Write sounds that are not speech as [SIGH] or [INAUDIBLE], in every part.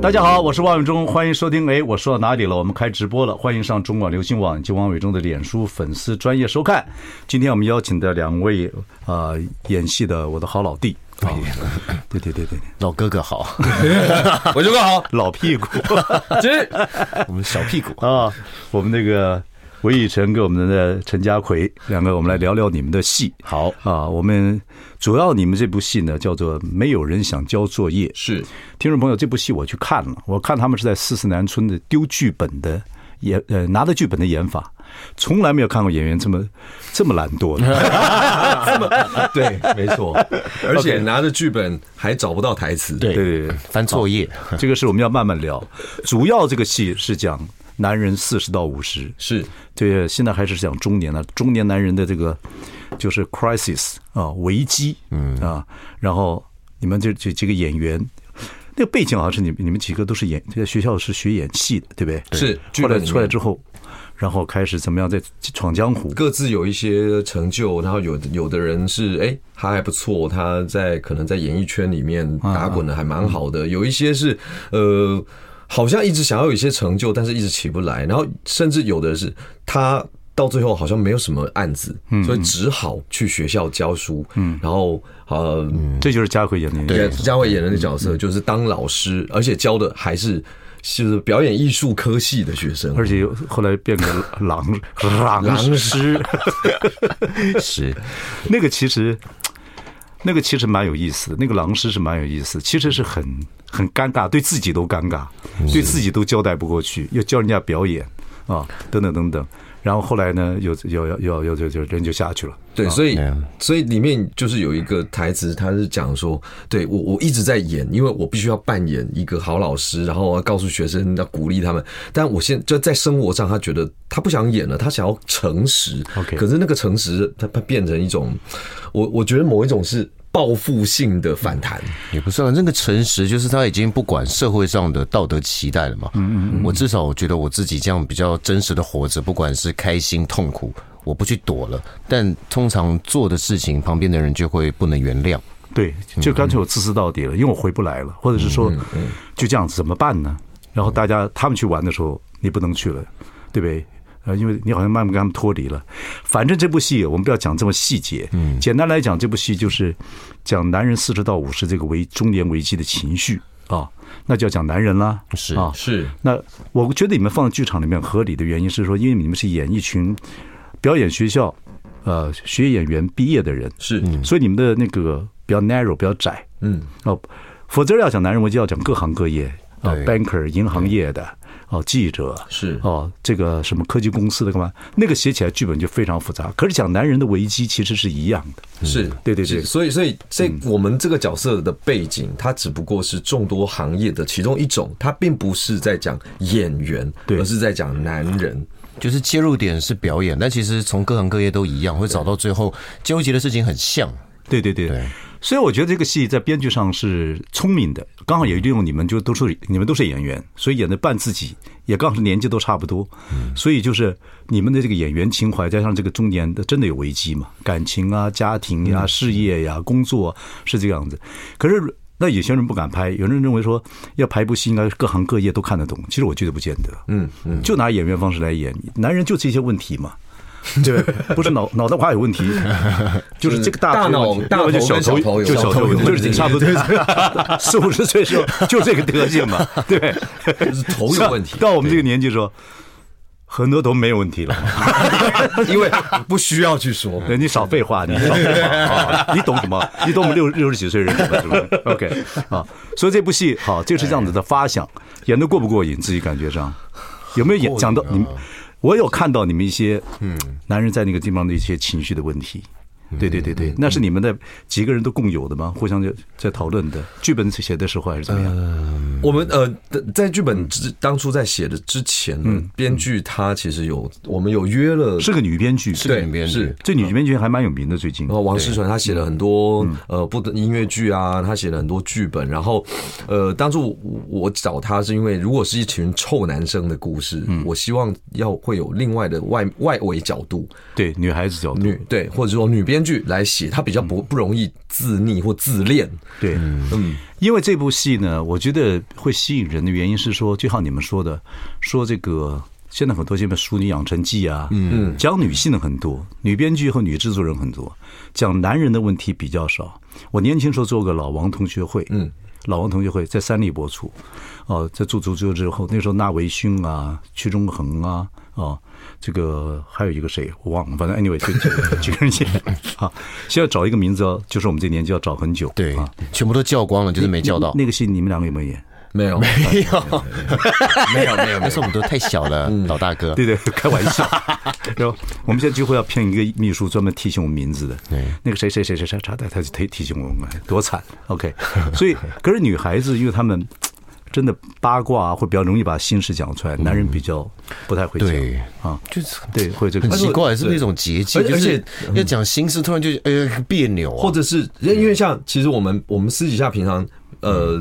大家好，我是王伟忠，欢迎收听。哎，我说到哪里了？我们开直播了，欢迎上中广流行网以及王伟忠的脸书粉丝专业收看。今天我们邀请的两位呃演戏的我的好老弟啊，对对对对，老哦哥哥好， [LAUGHS] 我就说好，老屁股这 [LAUGHS] 我们小屁股，啊，我们那个韦以晨跟我们的陈家奎两个，我们来聊聊你们的戏。好啊，我们主要你们这部戏呢叫做《没有人想交作业》，是听众朋友，这部戏我去看了，我看他们是在四四南村的丢剧本的演，呃，拿着剧本的演法，从来没有看过演员这么这么懒惰 [LAUGHS] 的。 [LAUGHS] 对，没错，而且拿着剧本还找不到台词，对对对对，翻作业，这个是我们要慢慢聊。主要这个戏是讲男人四十到五十，是对，现在还是讲中年了，中年男人的这个就是 crisis 啊，危机，嗯啊，然后你们这这几个演员，那个背景好像是你们你们几个都是演，在学校是学演戏的，对不对？是后剧来本里面出来之后，然后开始怎么样在闯江湖？各自有一些成就，然后有有的人是哎、他还不错，他在可能在演艺圈里面打滚的还蛮好的，有一些是呃好像一直想要有一些成就，但是一直起不来，然后甚至有的是他。到最后好像没有什么案子，所以只好去学校教书，然后呃，这就是家奎演的，对，，嘉慧演的那角色就是当老师，而且教的还是是表演艺术科系的学生，而且又后来变个 [LAUGHS] 狼狼师，是 [LAUGHS] 那个其实。那个其实蛮有意思的，那个狼师是蛮有意思，其实是很很尴尬，对自己都尴尬，对自己都交代不过去，又教人家表演啊，等等等等。然后后来呢，有有有有有有有人就下去了， [LAUGHS] 对，所以对啊所以里面就是有一个台词，他是讲说，对我我一直在演，因为我必须要扮演一个好老师，然后要告诉学生要鼓励他们。但我现就在生活上，他觉得他不想演了，他想要诚实。 OK 可是那个诚实，他他变成一种，我我觉得某一种是报复性的反弹。也不啊算那个诚实，就是他已经不管社会上的道德期待了嘛。嗯嗯，我至少我觉得我自己这样比较真实的活着，不管是开心痛苦，我不去躲了。但通常做的事情，旁边的人就会不能原谅。对，就干脆我自私到底了，因为我回不来了，或者是说就这样子怎么办呢？然后大家他们去玩的时候，你不能去了，对不对？呃，因为你好像慢慢跟他们脱离了。反正这部戏我们不要讲这么细节，嗯，简单来讲，这部戏就是讲男人四十到五十这个危中年危机的情绪啊，那就要讲男人啦，是啊，是那我觉得你们放在剧场里面合理的原因是说，因为你们是演一群表演学校呃学演员毕业的人，是，所以你们的那个比较 narrow，比较窄嗯，哦。否则要讲男人，我就要讲各行各业啊对，banker 银行业的哦，记者是哦，这个什么科技公司的干嘛？那个写起来剧本就非常复杂。可是讲男人的危机其实是一样的，是，对嗯对对是所以所以这我们这个角色的背景，它只不过是众多行业的其中一种，它并不是在讲演员，对而是在讲男 [LAUGHS] 人。就是切入点是表演，但其实从各行各业都一样，会找到最后纠结的事情很像。对对对。对所以我觉得这个戏在编剧上是聪明的，刚好也利用你们就都是你们都是演员，所以演的扮自己，也刚好是年纪都差不多，所以就是你们的这个演员情怀，加上这个中年的真的有危机嘛，感情啊、家庭呀、事业呀、工作、是这个样子。可是那有些人不敢拍，有人认为说要拍一部戏应该各行各业都看得懂，其实我觉得不见得，嗯嗯，就拿演员方式来演，男人就这些问题嘛。 [LAUGHS] 对不对，不是脑脑袋瓜有问题，就是这个大大脑问题大要不然头就跟小小头有就小小头头有有问题，问就是题你差不多 [LAUGHS] 四五十岁的时候就这个德性嘛，对，就是啊头有问题到我们这个年纪的时候，很多都没有问题了。[LAUGHS] 因为不需要去说。对呃你少废话，你少废话，啊你懂什么？你懂我们六六十几岁人懂的是不是？OK 啊，所以这部戏好，这是这样子的发想，演的过不过瘾？自己感觉上有没有演过瘾啊讲到你们？我有看到你们一些嗯，男人在那个地方的一些情绪的问题，对对对对，那是你们的几个人都共有的吗？互相在在讨论的剧本写的时候还是怎么样？我们呃，在剧本之嗯当初在写的之前呢，编剧他其实有我们有约了，是个女编剧，哦是对里面是这女编剧还蛮有名的，最近然后王世纯他写了很多呃不音乐剧啊，他写了很多剧本。然后呃，当初我我找他是因为如果是一群臭男生的故事，我希望要会有另外的外外围角度，对女孩子角度，女嗯对或者说女编剧来写，她比较不不容易自溺或自恋。对，嗯，因为这部戏呢，我觉得会吸引人的原因是说，就像你们说的，说这个现在很多这本《淑女养成记》啊，嗯，讲女性的很多，女编剧和女制作人很多，讲男人的问题比较少。我年轻时候做过老王同学会，嗯，老王同学会在三立播出，哦、在做足球之后，那时候纳维勋啊、屈中恒啊，哦、这个还有一个谁我忘了，反正 anyway 就就几个人写啊，需要找一个名字哦，就是我们这年纪要找很久，对啊。，全部都叫光了，就是没叫到那。那个戏你们两个有没有演？没有，没有，没有，没有，没那时候我有。们都太小了，老 [LAUGHS] 大哥。对对，开玩 [LAUGHS] 笑。然后我们现在聚会要骗一个秘书，专门提醒我们名字的。对那个谁谁谁谁谁查的，他就提提醒我们，多惨。OK，所以可是女孩子，因为她们真的八卦、啊、会比较容易把心事讲出来，男人比较不太会讲嗯对啊，就是对，会这个很奇怪，是不是一种节气？而且就而且嗯是要讲心事，突然就哎呀别扭啊， [LAUGHS] 或者是因为像其实我们我们私底下平常呃，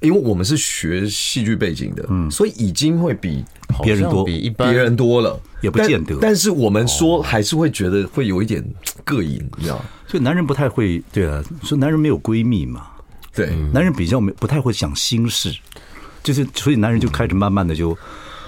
因为我们是学戏剧背景的，所以已经会比好像别人多比一般别人多了，也不但见得但是我们说还是会觉得会有一点膈应，你知道吗？所以男人不太会，对啊，所以男人没有闺蜜嘛，对，男人比较没不太会讲心事，就是所以男人就开始慢慢的就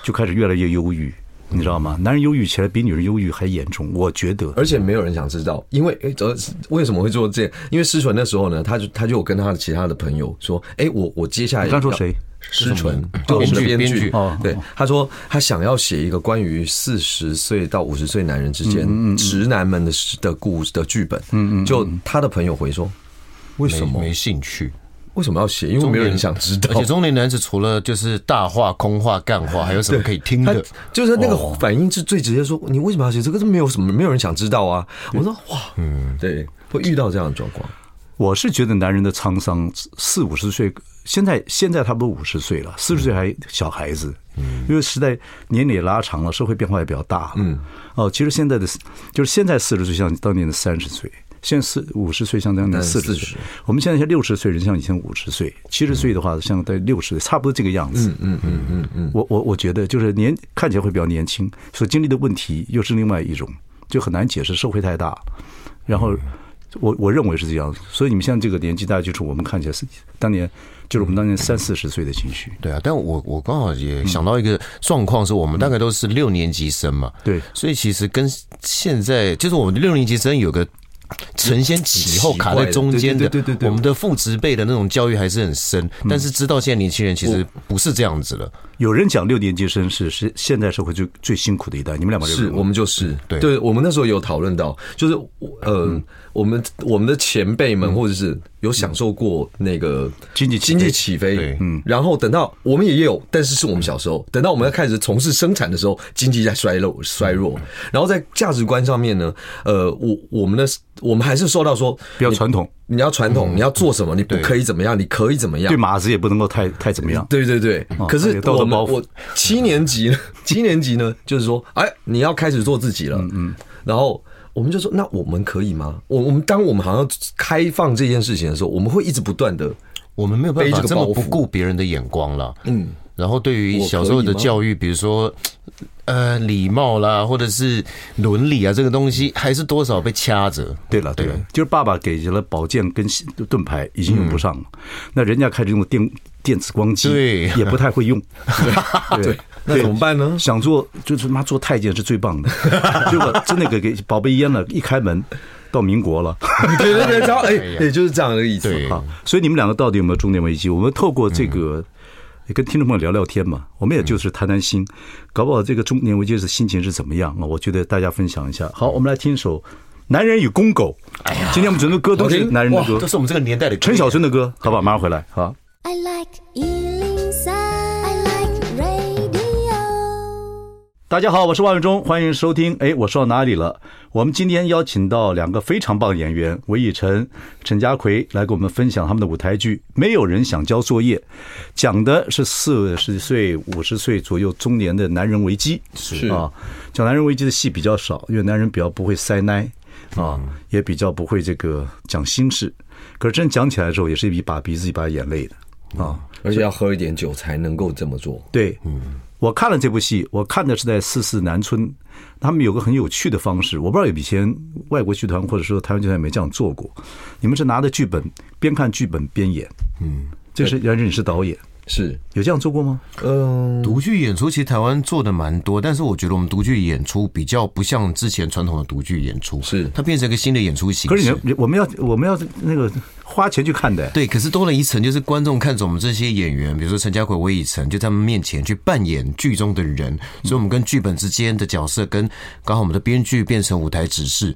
就开始越来越忧郁，你知道吗？男人忧郁起来比女人忧郁还严重，我觉得。而且没有人想知道，因为诶，呃，为什么会做这？因为思纯那时候呢，他就他就有跟他的其他的朋友说，诶，我我接下来你刚说要谁？施纯，哦就我们的编剧编编剧剧哦，对，他说他想要写一个关于四十岁到五十岁男人之间直男们的事的故事的剧本，嗯嗯，就他的朋友回说，为什么没没兴趣。为什么要写？因为没有人想知而道且，中年男子除了就是大话、空话、干话，还有什么可以听他的？哦就是那个反应是最直接说，你为什么要写这个？这没有什么，没有人想知道啊。我说哇，嗯，对，会遇到这样的状况，我是觉得男人的沧桑，四五十岁，现在现在差不多五十岁了，四十岁还小孩子，因为时代年龄也拉长了，社会变化也比较大，嗯，哦，其实现在的就是现在四十岁像当年的三十岁，现在四五十岁像当年嗯的四十40岁，我们现在像六十岁人像以前五十岁，七十岁的话像在六十，差不多这个样子，嗯嗯嗯嗯，我我我觉得就是年看起来会比较年轻，所经历的问题又是另外一种，就很难解释，社会太大，然嗯后我我认为是这样，所以你们现在这个年纪，大概就是我们看起来是当年，就是我们当年三四十岁的情绪。嗯对啊，但我我刚好也想到一个状况，是我们大概都是六年级生嘛，嗯对所以其实跟现在就是我们六年级生有个承先启后卡在中间的，对对对对对嗯我们的父职辈的那种教育还是很深，但是知道现在年轻人其实不是这样子了，有人讲六年级生是是现代社会最最辛苦的一代，你们两个人是我们就是对我们那时候有讨论到，就是我呃，嗯我们我们的前辈们或者是有享受过那个经济起飞经济起对飞，嗯，然后等到我们也有，但是是我们小时候，等到我们要开始从事生产的时候，经济在衰落衰弱，嗯然后在价值观上面呢，呃，我我们的我们还是受到说比较传统，嗯你要传统，你要做什么，你不可以怎么样，你可以怎么样对，马子也不能够太太怎么样。对对对，可那是个道德我们包袱我七年级 [LAUGHS] 呢，七年级呢，就是说，哎，你要开始做自己了，嗯，然后我们就说，那我们可以吗？我我们当我们好像开放这件事情的时候，我们会一直不断的，我们没有办背法这个这么包袱不顾别人的眼光了，嗯，然后对于我可以小时候的吗教育，比如说。呃，礼貌啦，或者是伦理啊，这个东西还是多少被掐着。对了，对了，就是爸爸给了宝剑跟盾牌，已经用不上了，嗯那人家开始用电电子光机，对也不太会 [LAUGHS] 用。对对那怎么办呢？想做就是妈做太监是最棒的， [LAUGHS] 结果真的给给宝贝淹了，一开门到民国了。 [LAUGHS] 对对对，然后哎呀，也就是这样的意思。对，好，啊所以你们两个到底有没有中年危机？我们透过这嗯个也跟听众朋友聊聊天嘛，我们也就是谈谈心，搞不好这个中年危机的心情是怎么样啊？我觉得大家分享一下。好，嗯我们来听一首《男人与公狗》。哎今天我们整个歌都是男人的哇，歌都，是我们这个年代的陈小春的歌，好吧？马上回来，好。 I like Ealing Sound. I like radio. 大家好，我是万永忠，欢迎收听。哎，我说到哪里了？我们今天邀请到两个非常棒的演员，韦以晨、陈家奎来给我们分享他们的舞台剧《没有人想交作业》，讲的是四十岁、五十岁左右中年的男人危机。是啊，讲男人危机的戏比较少，因为男人比较不会塞奶啊，也比较不会这个讲心事。可是真讲起来的时候，也是一把鼻子一把眼泪的啊。而且要喝一点酒才能够这么做。对，我看了这部戏，我看的是在四四南村，他们有个很有趣的方式，我不知道以前外国剧团或者说台湾剧团有没有这样做过。你们是拿着剧本边看剧本边演，嗯，这是然后你是导演，是，有这样做过吗？嗯，独剧演出其实台湾做的蛮多，但是我觉得我们独剧演出比较不像之前传统的独剧演出，是它变成一个新的演出形可是你式们。你我们要我们要那个花钱去看的，对，可是多了一层，就是观众看着我们这些演员，比如说陈家奎、韦以晨，就在他们面前去扮演剧中的人，所以我们跟剧本之间的角色，跟刚好我们的编剧变成舞台指示，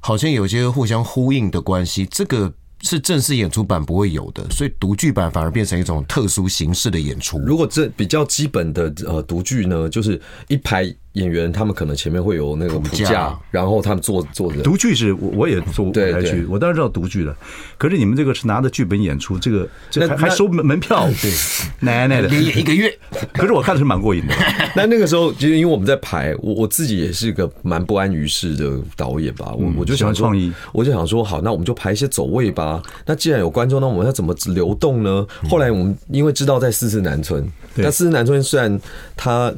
好像有些互相呼应的关系。这个是正式演出版不会有的，所以独剧版反而变成一种特殊形式的演出。如果这比较基本的呃独剧呢，就是一排演员，他们可能前面会有那个谱架架，然后他们坐坐着。独剧是我我也做舞对台剧对，我当然知道独剧了。可是你们这个是拿着剧本演出，这个这还那还那收门门票，对， [LAUGHS] 奶奶 [LAUGHS] 的。连演一个月，可是我看的是蛮过瘾的，那那个时候，就是因为我们在排，我我自己也是个蛮不安于世的导演吧，我我就想嗯喜欢说创意，我就想说，好，那我们就排一些走位吧。那既然有观众，那我们要怎么流动呢？后来我们因为知道在四四南村，嗯对那四四南村虽然它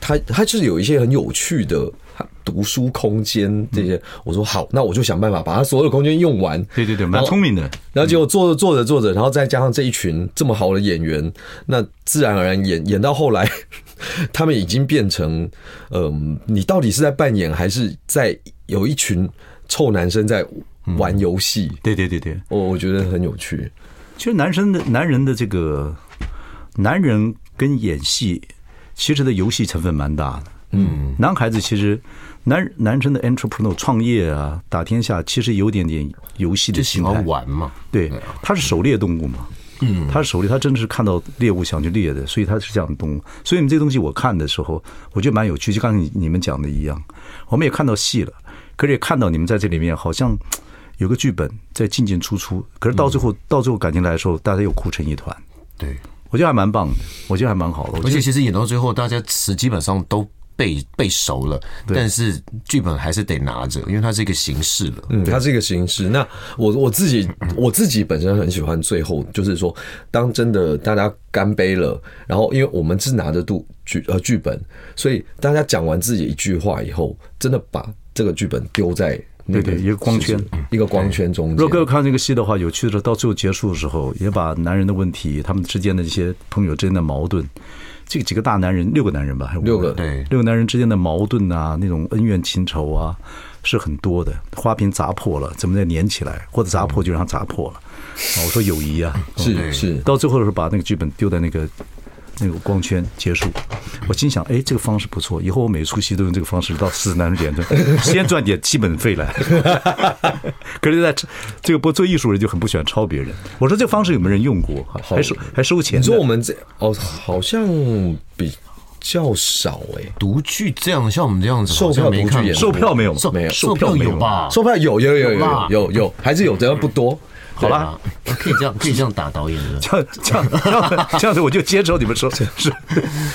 它它就是有一些很有趣的。它读书空间这些，我说好，那我就想办法把它所有的空间用完。嗯对对对，蛮然后聪明的。然后结果做着做着做着，然后再加上这一群这么好的演员，那自然而然演演到后来， [LAUGHS] 他们已经变成，嗯、你到底是在扮演还是在有一群臭男生在玩游戏？对对对对，我、我觉得很有趣。其实男生的男人的这个男人跟演戏，其实的游戏成分蛮大的。嗯，男孩子其实男男生的 entrepreneur 创业啊，打天下，其实有点点游戏的就喜心态欢。玩嘛。对，他是狩猎动物嘛。嗯，他是狩猎，他真的是看到猎物想去猎的，所以他是这样的动物。所以你们这个东西我看的时候，我觉得蛮有趣，就刚才你你们讲的一样，我们也看到戏了，可是也看到你们在这里面好像有个剧本在进进出出，可是到最后、到最后感情来的时候，大家又哭成一团，对，我觉得还蛮棒的，我觉得还蛮好的。我而觉且得其实演到最后，大家词基本上都背背熟了，但是剧本还是得拿着，因为它是一个形式了。嗯，它是一个形式。那我我自己我自己本身很喜欢最后，就是说，当真的大家干杯了，然后因为我们是拿着度剧呃剧本，所以大家讲完自己一句话以后，真的把这个剧本丢在那个对对一个光圈嗯一个光圈中如果各位间。看这个戏的话，有趣的是到最后结束的时候，也把男人的问题、他们之间的一些朋友之间的矛盾，这几个大男人，六个男人吧，还是五六个对，六个男人之间的矛盾啊，那种恩怨情仇啊，是很多的。花瓶砸破了，怎么再粘起来？或者砸破就让它砸 [LAUGHS] 破了。啊，我说友谊啊，是是，到最后的时候把那个剧本丢在那个那个光圈结束。我心想，哎，这个方式不错，以后我每出戏都用这个方式到四十男人点的，先赚点基本费来。可是在这这个不做艺术人就很不喜欢抄别人。我说这个方式有没有人用过？还收还收钱你呢？说我们这哦，好像比较少哎、独剧这样像我们这样子，售好像票没独看剧过演售票没有吗？售没有售售票票没有有吧？售票有有有有啊有啦有有有，还是有，只要不多。好啦。啊可以这样，可以这样打导演 [LAUGHS] 的。这样这样这样这样子，我就接受你们说，是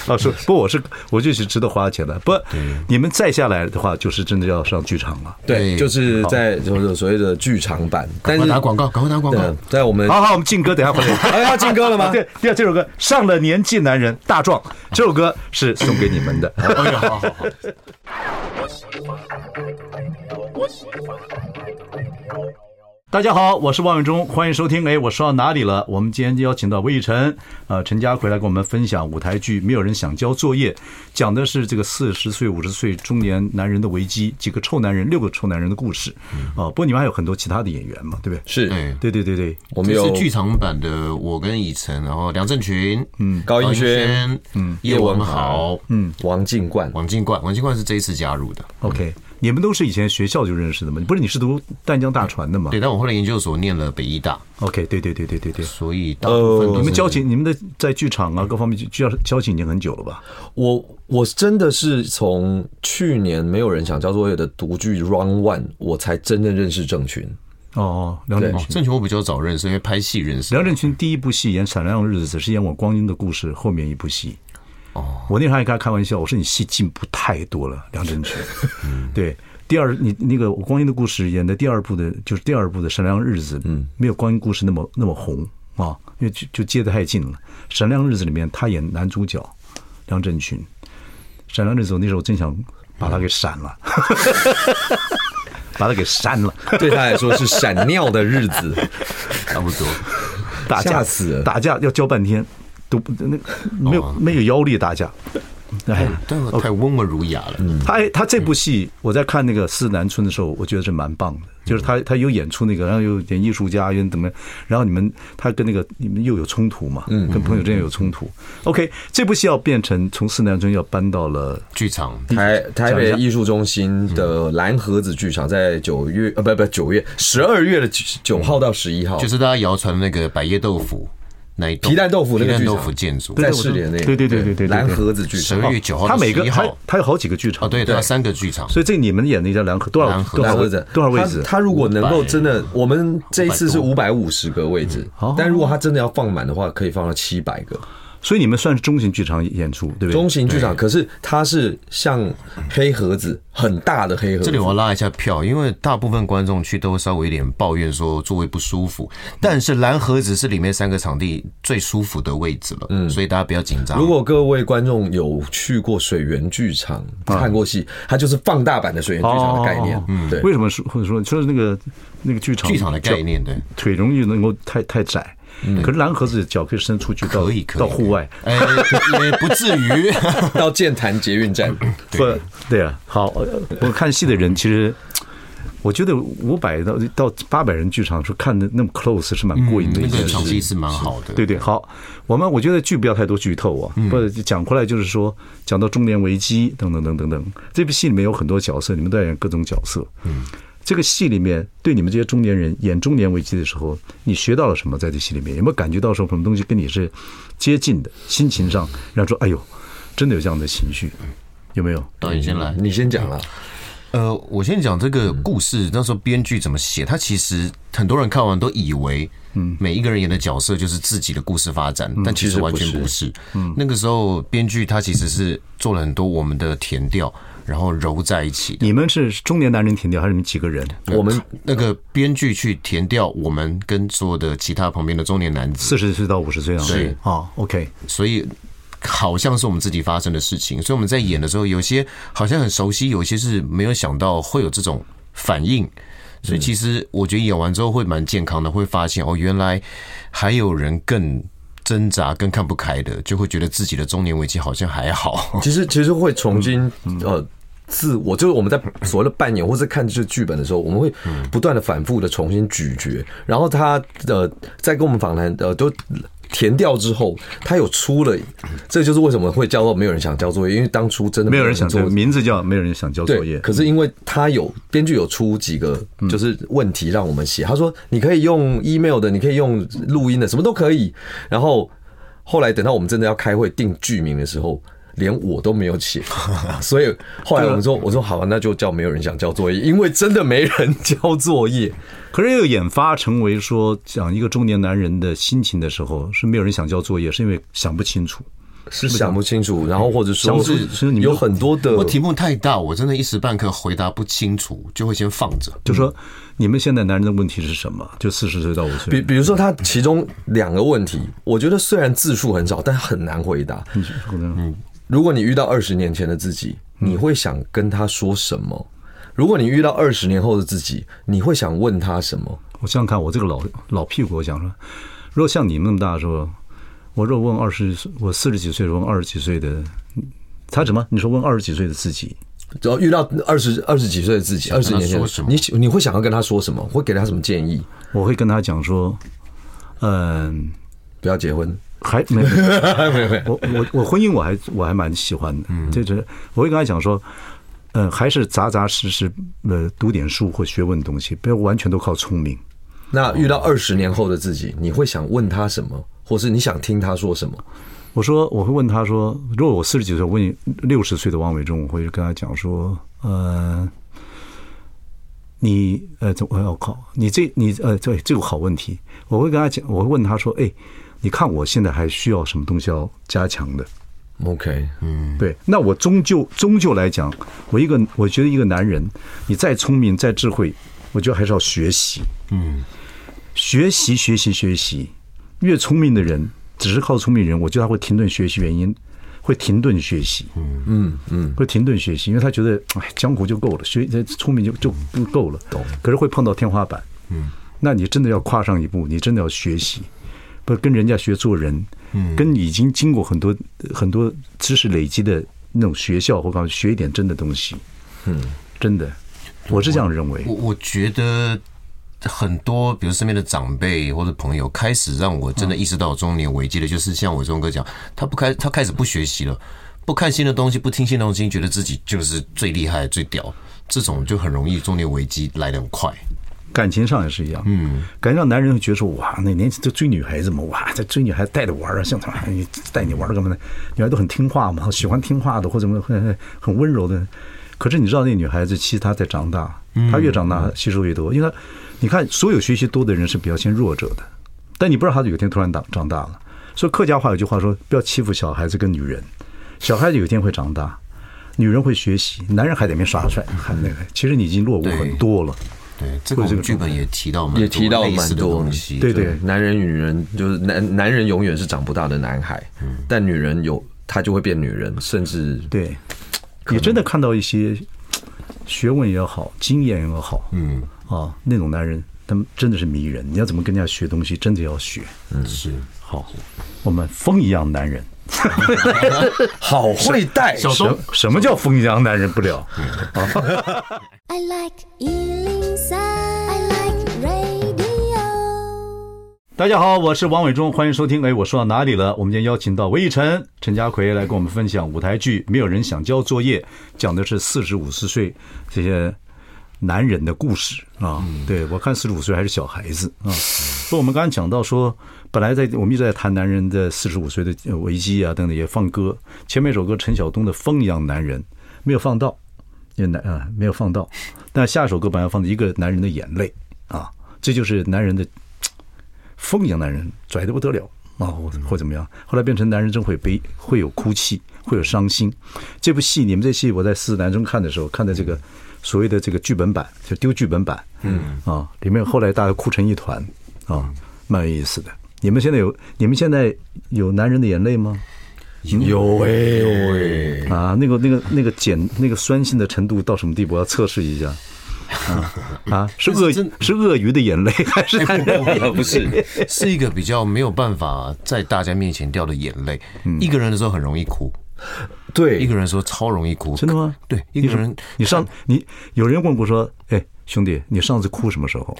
啊，说不，我是我就是值得花钱的。不，你们再下来的话，就是真的要上剧场了。对，对就是在就是所谓的剧场版，但哎赶是快打广告，赶快打广告嗯，。在我们好好，我们进歌，等一下回来。啊哎，要进歌了吗？对，第二这首歌《上了年纪男人大壮》，这首歌是送给你 [LAUGHS] 们的。哎呀，好好好，大家好，我是王永忠，欢迎收听。哎，我说到哪里了？我们今天邀请到魏以晨，呃，陈家奎来跟我们分享舞台剧《没有人想交作业》，讲的是这个四十岁、五十岁中年男人的危机，几个臭男人、六个臭男人的故事。哦，不过你们还有很多其他的演员嘛，对不对？嗯是对，对对对对，我们哎这有是剧场版的我跟以晨，然后梁振群，嗯，高英英轩、嗯，叶文豪，嗯，王静冠，王静冠，王静冠是这一次加入的。 OK，你们都是以前学校就认识的吗？不是你是读淡江大传的吗对，但我后来研究所念了北医大， ？OK，对对对对对对。所以大呃部分都是你们交情，你们的在剧场啊各方面就交交情已经很久了吧？我我真的是从去年没有人想交作业的独剧 Round One，我才真正认识郑群。哦，梁振对群，郑权我比较早认识，因为拍戏认嗯识。梁振群第一部戏演《闪亮的日子》是演我光阴的故事后面一部戏。哦，我那时候还跟他开玩笑，我说你戏进步太多了，梁振群。对，第二你那个我光阴的故事演的第二部的，就是第二部的《闪亮日子》，嗯，没有光阴故事那么那么红啊，因为就就接得太近了。《闪亮日子》里面他演男主角梁振群，《闪亮日子》我那时候真想把他给闪 [LAUGHS] 了，把他给删了。对他来说是闪尿的 [LAUGHS] 日子，差 [LAUGHS] 不多。打架吓死哦了打架要教半天，都不那个没有、没有腰力打架。嗯哎，但哦我太温文儒雅了，他哎他这部戏我在看那个《思南春》的时候，我觉得是蛮棒嗯的，就是他他有演出那个，然后有点艺术家，又怎么样，然后你们他跟那个你们又有冲突嘛，嗯跟朋友之间有冲突。OK，这部戏要变成从《思南春》要搬到了剧场台台北艺术中心的蓝盒子剧场在九月呃不不九月十二月的九号到十一号，就是大家谣传的那个百叶豆腐那一栋皮蛋豆腐那皮个蛋剧场豆腐建筑，在士联那个对对对对对对蓝盒子剧十场二月九号他到每个11他号他有好几个剧场哦，对，它三个剧场，所以这你们演的一家蓝盒多少蓝盒多少蓝位盒子多少位置他？他如果能够真的，我们这一次是五百五十个位置，嗯但如果他真的要放满的话，可以放到七百个。所以你们算是中型剧场演出，对不对？中型剧场，可是它是像黑盒子很大的黑盒这里子，我要拉一下票，因为大部分观众去都稍微有点抱怨说座位不舒服，但是蓝盒子是里面三个场地最舒服的位置了，嗯所以大家不要紧张。如果各位观众有去过水源剧场看过戏，它就是放大版的水源剧场的概嗯念哦。嗯，对，为什么说或者说说那个那个剧场剧场的概念对嗯脚腿容易能够太太窄，可是蓝盒子脚可以伸出去到可以可以到户外，哎，也不 [LAUGHS] 至于。到剑潭捷运站，不对啊。好，呃我看戏的人其实。我觉得五百到到八百人剧场是看的那么 close 是蛮过瘾的嗯 [LAUGHS] 那一件个事场情地，是蛮好的，对对，好，我们我觉得剧不要太多剧透啊，或者讲回来就是说，讲到中年危机等等等等等，这部戏里面有很多角色，你们都在演各种角色，嗯，这个戏里面对你们这些中年人演中年危机的时候，你学到了什么？在这戏里面有没有感觉到说什么东西跟你是接近的？心情上，让说，哎呦，真的有这样的情绪，有没有？导演先来。你先讲了。呃，我先讲这个故事，那时候编剧怎么写，他其实很多人看完都以为，嗯，每一个人演的角色就是自己的故事发展，但其实完全不是。嗯，那个时候编剧他其实是做了很多我们的填调，然后揉在一起的。你们是中年男人填掉还是你们几个人？我们那个编剧去填掉我们跟所有的其他旁边的中年男子，四十岁到五十岁啊？是啊，OK，所以好像是我们自己发生的事情。所以我们在演的时候，有些好像很熟悉，有些是没有想到会有这种反应。所以其实我觉得演完之后会蛮健康的，会发现哦，原来还有人更挣扎、更看不开的，就会觉得自己的中年危机好像还好。 [LAUGHS] [LAUGHS] 其实其实会重新嗯呃自我，就是我们在所谓的扮演或是看这剧本的时候，我们会不断的反复的重新咀嚼，然后他呃在跟我们访谈呃都。填掉之后，他有出了，这就是为什么会叫做没有人想交作业，因为当初真的没有人想做做，名字叫没有人想交作对，业，嗯可是因为他有编剧有出几个就是问题让我们写，他说你可以用 email 的，你可以用录音的，什么都可以。然后后来等到我们真的要开会定剧名的时候。连我都没 [LAUGHS] 有写，所以后来我们说，我说好、啊，那就叫没有人想交作业，因为真的没人交作业。可是又研发成为说讲一个中年男人的心情的时候，是没有人想交作业，是因为想不清楚。是想不清楚，然后或者说想不清楚你们有很多的我题目太大，我真的一时半刻回答不清楚，就会先放着。就说你们现在男人的问题是什么？就四十岁到五比岁，比如说，他其中两个问题，我觉得虽然字数很少，但很难回答。如果你遇到二十年前的自己，你会想跟他说什么？如果你遇到二十年后的自己，你会想问他什么？我想想看，我这个老老屁股，我想说，如果像你们那么大的时候，我若问二十，我四十几岁，问二十几岁的他什么？你说问二十几岁的自己，只要遇到二十二十几岁的自己，二十年前说的什么你你会想要跟他说什么？会给他什么建议？我会跟他讲说，嗯、不要结婚，还没没没有没有，我我我婚姻我还我还蛮喜欢的，这就是我会跟他讲说，呃，还是扎扎实实呃读点书或学问的东西，不要完全都靠聪明。那遇到二十年后的自己，你会想问他什么，或是你想听他说什么？我说我会问他说，如果我四十几岁，我问六十岁的王伟忠，我会跟他讲说，呃，你呃，怎我靠，你这你呃，对，这个好问题，我会跟他讲，我会问他说，哎，你看我现在还需要什么东西要加强的？ OK，嗯，对，那我终究终究来讲，我一个我觉得一个男人，你再聪明再智慧，我觉得还是要学习，嗯，学习学习学习，越聪明的人，只是靠聪明人，我觉得他会停顿学习，原因会停顿学习，嗯嗯嗯，会停顿学习，因为他觉得哎，江湖就够了，学聪明就就就够了，懂可是会碰到天花板，嗯，那你真的要跨上一步，你真的要学习，不跟人家学做人，嗯跟已经经过很多很多知识累积的那种学校或干嘛学一点真的东西，嗯，真的，我是这样认为。我我觉得很多，比如身边的长辈或者朋友，开始让我真的意识到中年危机的，就是像伟忠哥讲，他不开，他开始不学习了，不看新的东西，不听新的东西，觉得自己就是最厉害、最屌，这种就很容易中年危机来得很快。感情上也是一样，嗯，感情上男人会觉得说，哇，那年轻就追女孩子嘛，哇，在追女孩子带着玩儿啊，像他妈你带你玩儿干嘛呢？女孩都很听话嘛，喜欢听话的或者什么很很很温柔的。可是你知道，那女孩子其实她在长大，她越长大吸收越多，因为她你看，所有学习多的人是表现弱者的，但你不知道她有一天突然长长大了。所以客家话有句话说，不要欺负小孩子跟女人，小孩子有一天会长大，女人会学习，男人还在那边耍帅，还那个，其实你已经落伍很多了。对，这个我们剧本也提到蛮多也提到类似蛮的多东西，对对男人女人就是男男人永远是长不大的男孩，但女人有她就会变女人，甚至对，你真的看到一些学问也好，经验也好，嗯啊，那种男人，他们真的是迷人。你要怎么跟人家学东西，真的要学。是好，我们风一样男人，好会带小东，什么叫风一样男人不了？ I like Ealing Sound. I like radio. 大家好，我是王伟忠，欢迎收听。哎，我说到哪里了？我们今天邀请到韦一晨、陈家奎来跟我们分享舞台剧《没有人想交作业》，讲的是四十五十岁这些男人的故事啊。对我看四十五岁还是小孩子啊。所以我们刚才讲到说，本来在我们一直在谈男人的四十五岁的呃危机啊等等，也放歌。前面一首歌陈晓东的《风一样男人》没有放到，因为男啊没有放到，但下一首歌本来要放的一个男人的眼泪啊，这就是男人的风一样男人，拽得不得了啊，或或怎么样。后来变成男人真会悲，会有哭泣，会有伤心。这部戏，你们这戏，我在四南中看的时候，看的这个所谓的这个剧本版，就丢剧本版，嗯啊，里面后来大家哭成一团啊，蛮有意思的。你们现在有你们现在有男人的眼泪吗？嗯有哎有哎，啊，那个那个那个碱那个酸性的程度到什么地步？我要测试一下。啊啊，是鳄真是鳄鱼的眼泪还是男人的眼泪？不是，是一个比较没有办法在大家面前掉的眼泪。一个人的时候很容易哭，对一个人说超容易哭，真的吗？对，一个人你上你有人问过说，哎，兄弟，你上次哭什么时候？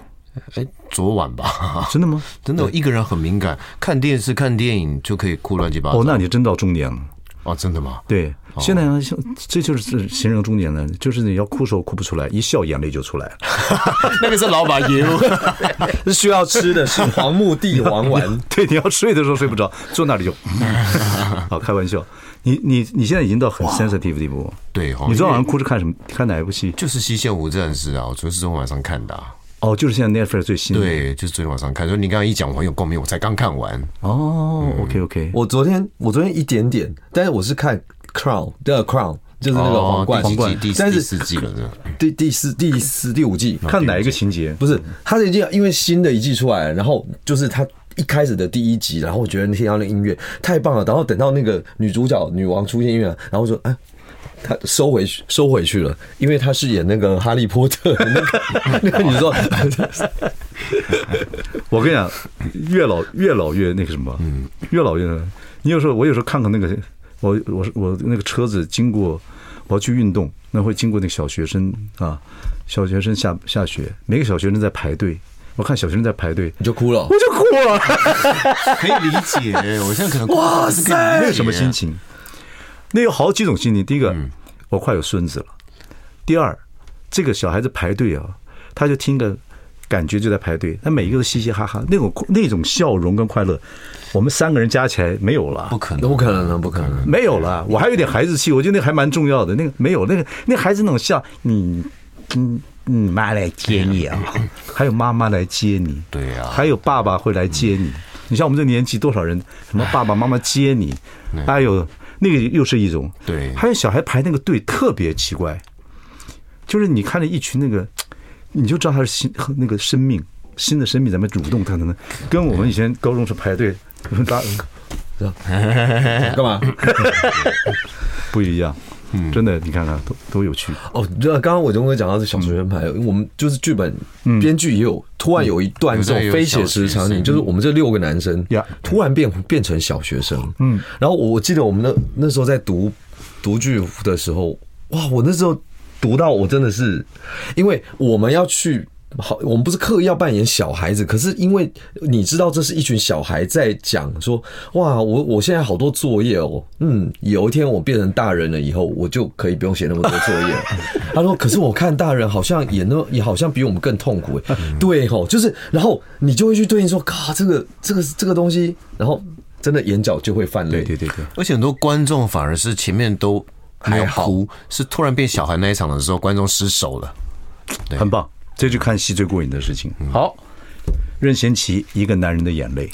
哎，昨晚吧，真的吗？真的，我一个人很敏感，看电视、看电影就可以哭乱七八糟。哦，那你真到中年了。哦，真的吗？对，现在呢，像这就是形容中年了，就是你要哭时候哭不出来，一笑眼泪就出来了。，[LAUGHS] 那个是老板业务，是需要吃的是黄木地黄丸对，你要睡的时候睡不着，坐那里就，好开玩笑。你你你现在已经到很 sensitive 的地步， [LAUGHS] 对哦你知道晚上哭是看什么？看哪一部戏？就是《西线无战事》啊，我昨天是昨天晚上看的、啊。哦，就是现在 Netflix 最新的。对，就是昨天晚上看，所以你刚刚一讲，我很有共鸣，我才刚看完。哦，OK 嗯 OK， [LAUGHS] 我昨天我昨天一点点，但是我是看 Crown 的 Crown，就是那个皇冠哦第几季？第但第是四季了，这第第四第四第五季看哪一个情节？不是，他已经因为新的一季出来了，然后就是他一开始的第一集，然后我觉得那天要那音乐太棒了，然后等到那个女主角女王出现音乐，然后说哎。他收回去，收回去了，因为他是演那个哈利波特的那个 [LAUGHS] 那个女主角，我跟你讲，越老越老越那个什么，越老越……你有时候我有时候看看那个，我我我那个车子经过，我要去运动，那会经过那个小学生啊，小学生下下学，每个小学生在排队，我看小学生在排队，你就哭了我。就哭了，可以理解。我现 [LAUGHS] 在可能哇塞，那有什么心？情？那有好几种心情，第一个，我快有孙子了。第二，这个小孩子排队啊，他就听个感觉就在排队，他每一个都嘻嘻哈哈，那种那种笑容跟快乐，我们三个人加起来没有了不。可那能不。可能啊，不可能。没有了，我还有点孩子气，我觉得那个还蛮重要的。那个没有，那个那孩子那种笑，你，嗯，你妈来接你啊，还有妈妈来接你，对啊嗯还有爸爸会来接你。你像我们这年纪，多少人什么爸爸妈妈接你，哎呦，那个又是一种。对还有小孩排那个队特别奇怪，就是你看着一群那个，你就知道他是新那个生命。新的生命，咱们主动，他可能跟我们以前高中时排队 [LAUGHS] 拉干嘛？不一样，真的，你看看都都有趣。哦，这刚刚我就会讲到这小学生排，因为我们就是剧本编剧也有突然嗯有一段这种非写实场景，就是我们这六个男生呀突然变变成小学生，嗯，然后我记得我们那那时候在读读剧的时候，哇，我那时候读到我真的是，因为我们要去。好，我们不是刻意要扮演小孩子，可是因为你知道，这是一群小孩在讲说，哇，我我现在好多作业哦，嗯，有一天我变成大人了以后，我就可以不用写那么多作 [LAUGHS] 业了。他说，可是我看大人好像也那也好像比我们更痛苦哎，对吼，就是，然后你就会去对应说，嘎，这个这个这个东西，然后真的眼角就会泛对泪，对对对，而且很多观众反而是前面都没有还好哭，是突然变小孩那一场的时候，观众失手了。很棒，这就看戏最过瘾的事情。好，任贤齐《一个男人的眼泪》，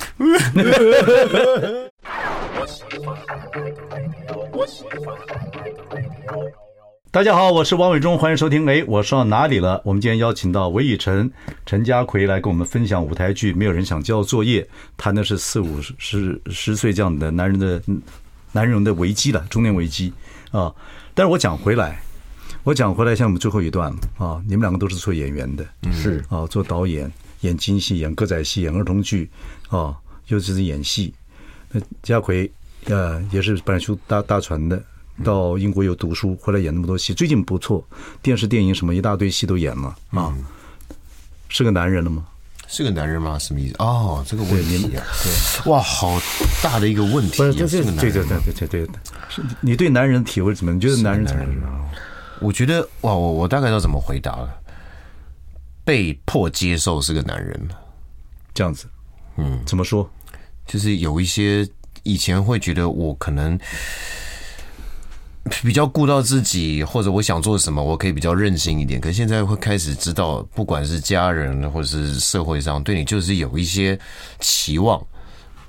大家好，我是王伟忠，欢迎收听。哎，我说到哪里了？我们今天邀请到韦以晨、陈家奎来跟我们分享舞台剧《没有人想交作业》，谈的是四五十十岁这样的男人的男人的危机了，中年危机啊。但是我讲回来，我讲回来，像我们最后一段了啊，你们两个都是做演员的，是啊，做导演、演京戏、演歌仔戏、演儿童剧啊，尤其是演戏。那家奎呃也是本来修大大船的，到英国又读书，回来演那么多戏，最近不错，电视、电影什么一大堆戏都演了啊。是个男人了吗？是个男人吗？什么意思？哦，这个问题啊，哇，好大的一个问题、不啊。是，就是是个对男对人对吗对对对，是你对男人的体会怎么样？你觉得男人怎么样？我觉得哇，我我大概知道怎么回答了。被迫接受是个男人，这样子？嗯，怎么说？就是有一些以前会觉得我可能比较顾到自己，或者我想做什么，我可以比较任性一点。可是现在会开始知道，不管是家人或者是社会上对你就是有一些期望，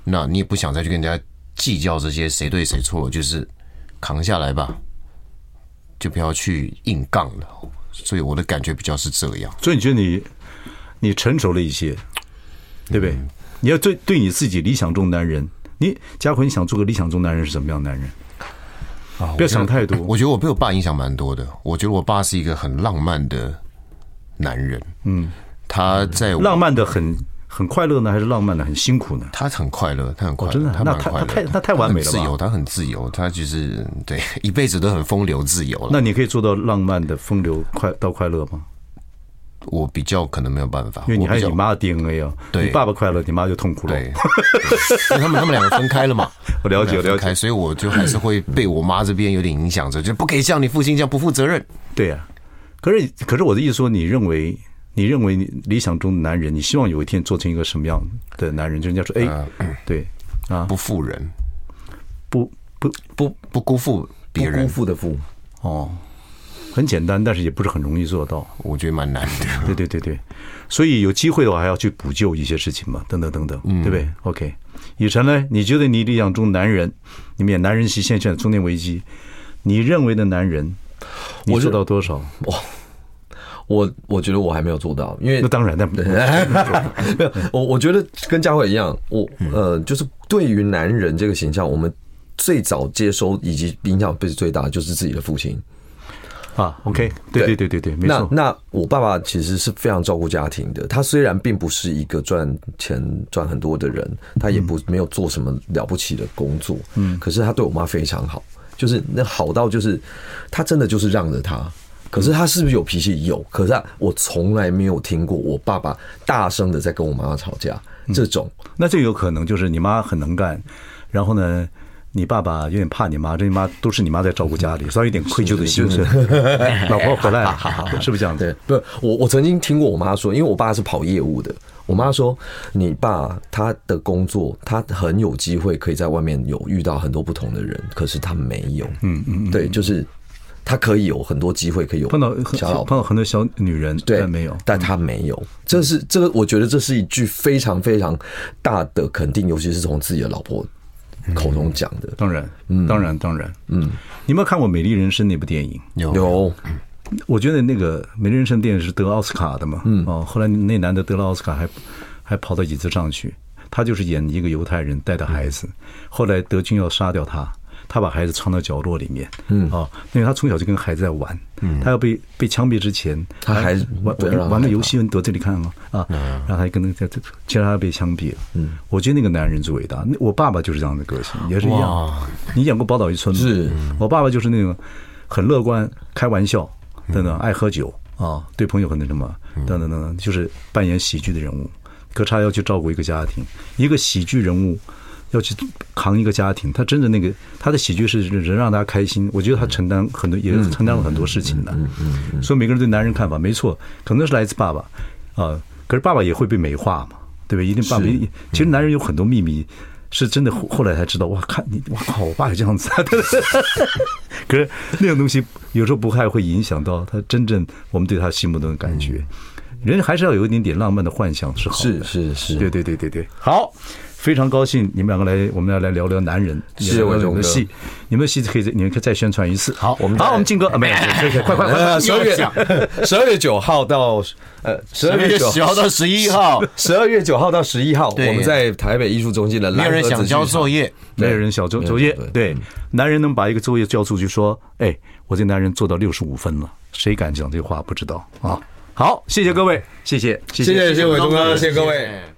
那你也不想再去跟人家计较这些谁对谁错，就是扛下来吧，就不要去硬杠了。所以我的感觉比较是这样。所以你觉得你你成熟了一些，对不对？嗯你要对对你自己理想中男人，你家奎，你想做个理想中男人是什么样的男人？啊不要想太多我觉得我被我爸影响蛮多的。我觉得我爸是一个很浪漫的男人。嗯，他在我啊浪，漫的很很快乐呢，还是浪漫的很辛苦呢？他很快乐，他很快乐，真的啊他蛮那他快乐的他太他太完美了吧他很自由，他很自由，他就是对 [LAUGHS] 一辈子都很风流自由了。那你可以做到浪漫的风流快到快乐吗？我比较可能没有办法，因为你我比还有较你妈的 DNA 啊，对你爸爸快乐，你妈就痛苦了。对， [LAUGHS] 因为他们他们两个分开了嘛，我 [LAUGHS] 了解他们两个分了解开，所以我就还是会被我妈这边有点影响着，就不可以像你父亲这样不负责任。对呀、可是可是我的意思说，你认为你认为你理想中的男人，你希望有一天做成一个什么样的男人？就人家说，哎，对啊，不负人，不不不不辜负别不辜人，负的负，哦，很简单，但是也不是很容易做到。我觉得蛮难的。对对对对，所以有机会的话还要去补救一些事情嘛，等等等等，对不对？OK，以晨呢？你觉得你理想中男人，你们演男人戏，现在现在中年危机，你认为的男人，你我做就到多少？我我觉得我还没有做到，因为那当然，但没有，我我觉得跟佳慧一样，我嗯呃，就是对于男人这个形象，我们最早接收以及影响被最大的就是自己的父亲。啊，OK，对对对对对，没那错，那我爸爸其实是非常照顾家庭的，他虽然并不是一个赚钱赚很多的人，他也不没有做什么了不起的工作，嗯，可是他对我妈非常好，就是那好到就是他真的就是让着他。可是他是不是有脾气？有，可是、啊、我从来没有听过我爸爸大声的在嗯跟我妈妈吵架，这种那这有可能就是你妈很能干，然后呢，你爸爸有点怕你妈，这你妈都是你妈在照顾家里，所以有点愧疚的心是，老婆回来了，是不是这样对子？，不，我我曾经听过我妈说，因为我爸是跑业务的，我妈说你爸他的工作，他很有机会可以在外面有遇到很多不同的人，可是他没有，嗯嗯，对，就是他可以有很多机会可以有碰到小老很婆。碰到很多小女人，对，但没有，嗯但他没有，这是这个，我觉得这是一句非常非常大的肯定，尤其是从自己的老婆嗯口中讲的。当然，当然，当然，嗯，你有没有看过《美丽人生》那部电影？有有，我觉得那个《美丽人生》电影是得奥斯卡的嘛，嗯，哦，后来那男的得了奥斯卡还还跑到椅子上去，他就是演一个犹太人带的孩嗯子，后来德军要杀掉他，他把孩子藏到角落里面，嗯，哦，因为他从小就跟孩子在玩，嗯，他要被被枪毙之前，他还玩不要让他玩嗯玩个害游怕戏，你躲这里看啊啊，然后他跟那个在，其实他被枪毙了，嗯，我觉得那个男人最伟大，那我爸爸就是这样的个性，也是一样哇，你演过《宝岛一村》吗？是，我爸爸就是那种很乐观、开玩笑等等，爱喝酒啊，对朋友很那什么等等等等，就是扮演喜剧的人物。可是他要去照顾一个家庭，一个喜剧人物要去扛一个家庭，他真的那个他的喜剧是能让大家开心。我觉得他承担很多，也是承担了很多事情的。所以每个人对男人看法没错，可能是来自爸爸啊，可是爸爸也会被美化嘛，对不对？一定爸爸是其实男人有很多秘密。是真的，后后来才知道，哇，看你，我靠，我爸也这样子、啊，可是那种东西有时候不太会影响到他真正我们对他心目中的感觉。人还是要有一点点浪漫的幻想嗯是好的，是是是对对对对对。好，非常高兴你们两个来，我们要来聊聊男人，谢也聊聊伟你忠们的哥戏，你们的戏可以再你们可以再宣传一次。好，我们好，再我们哎进 [LAUGHS] 歌，啊没有，可以啊可以快快快，呃，十二月 [LAUGHS] 十二月九号到呃十二月九十号到十一号，十二月九号到十一号，对我们在台北艺术中心的没有蓝人盒想子交剧场作业，没有人小周作业，对，男人能把一个作业交出去，说，哎，我这男人做到六十五分了，谁敢讲这话？不知道啊。好，谢谢各位，谢谢，谢谢谢谢谢伟忠哥，谢谢各位。谢谢